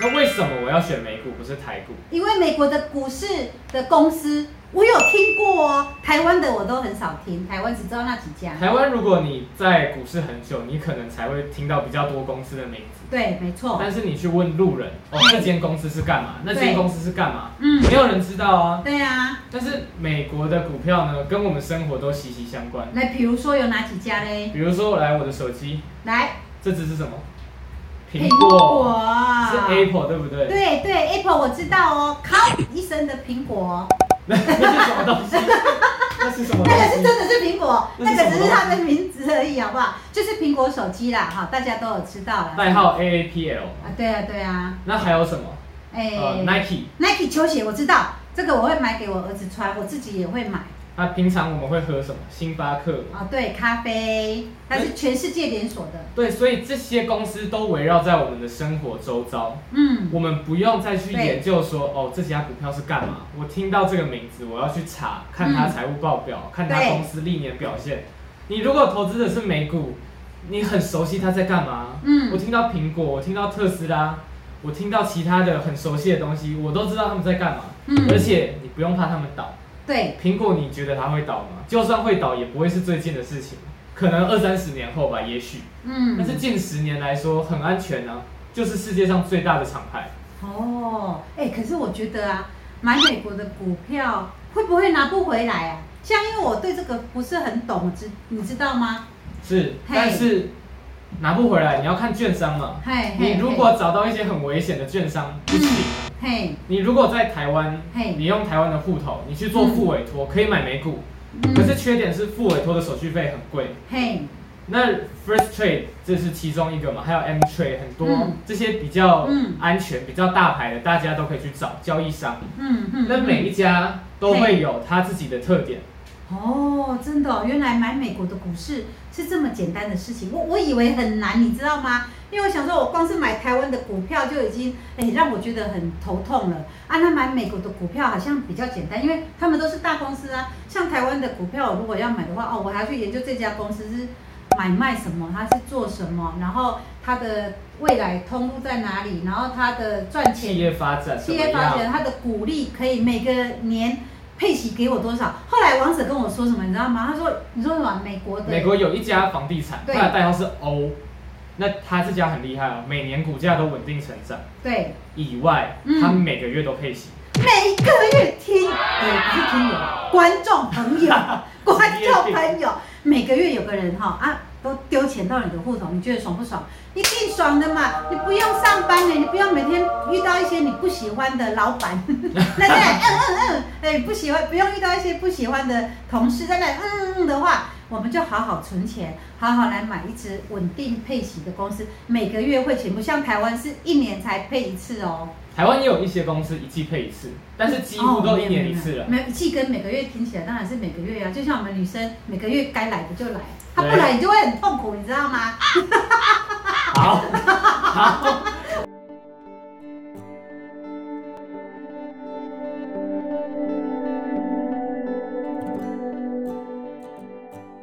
那为什么我要选美股不是台股？因为美国的股市的公司，我有听过哦，台湾的我都很少听，台湾只知道那几家。台湾如果你在股市很久，你可能才会听到比较多公司的名字，对，没错。但是你去问路人，哦，那间公司是干嘛？那间哦嗯对公司是干嘛？嗯，没有人知道啊。对啊。但是美国的股票呢，跟我们生活都息息相关。来，比如说有哪几家嘞？比如说，来我的手机，来，这只是什么？苹苹果，果。啊是 Apple 对不对？对对，Apple 我知道哦，靠一声的苹果， 哦那是什么东 西？那是什么那东个是西？真的是苹果，那那是个什只么是它的名字而已，好不好？就是苹果手机啦，哈，大家都有知道了。代号 AAPL。啊，对啊对啊，那还有什么？哎、呃，Nike。 Nike 球鞋我知道，这个我会买给我儿子穿，我自己也会买那平常我们会喝什么？星巴克。啊。对，咖啡，它哎是全世界连锁的。对，所以这些公司都围绕在我们的生活周遭，嗯，我们不用再去对研究说哦这家股票是干嘛。我听到这个名字，我要去查，看它嗯财务报表，看它对公司历年表现。你如果投资的是美股，你很熟悉它在干嘛。嗯我听到苹果，我听到特斯拉，我听到其他的很熟悉的东西，我都知道他们在干嘛。嗯而且你不用怕他们倒。对，苹果，你觉得它会倒吗？就算会倒，也不会是最近的事情，可能二三十年后吧，也许。但是嗯，近十年来说，很安全啊，就是世界上最大的厂牌。哦，哎、可是我觉得啊，买美国的股票会不会拿不回来啊？像因为我对这个不是很懂，知你知道吗？是，嘿但是拿不回来，你要看券商嘛。嘿，嘿你如果找到一些很危险的券商，不行。嘿，你如果在台湾，嘿你用台湾的户头，你去做付委托，可以买美股，嗯可是缺点是付委托的手续费很贵。嘿，那 First Trade 这是其中一个嘛，还有 M Trade 很多、嗯这些比较嗯安全、比较大牌的，大家都可以去找交易商。嗯嗯，那每嗯一家都会有它自己的特点，哦，真的哦、原来买美国的股市是这么简单的事情，我我以为很难，你知道吗？因为我想说，我光是买台湾的股票就已经，哎、让我觉得很头痛了啊。那买美国的股票好像比较简单，因为他们都是大公司啊。像台湾的股票，如果要买的话，哦，我还要去研究这家公司是买卖什么，它是做什么，然后它的未来通路在哪里，然后它的赚钱企业发展怎企么业发展样？它的股利可以每个年配息给我多少？后来王者跟我说什么，你知道吗？他说：“你说什么？美国的美国有一家房地产，对它的代号是 O，那它这家很厉害哦，每年股价都稳定成长，对以外，嗯它每个月都配息，每个月听，呃，不是听友，观众朋友，观众朋友，每个月有个人哈啊，都丢钱到你的户头，你觉得爽不爽？一定爽的嘛！你不用上班呢，你不用每天遇到一些你不喜欢的老板，那在那嗯嗯嗯，哎、不喜欢，不用遇到一些不喜欢的同事，在那嗯嗯嗯的话。我们就好好存钱，好好来买一只稳定配息的公司，每个月会全部像台湾是一年才配一次哦。台湾也有一些公司一季配一次，但是几乎都一年一次了哦。没有没有没有季跟每个月听起来当然是每个月啊，就像我们女生每个月该来的就来，她不对来你就会很痛苦，你知道吗？好，好，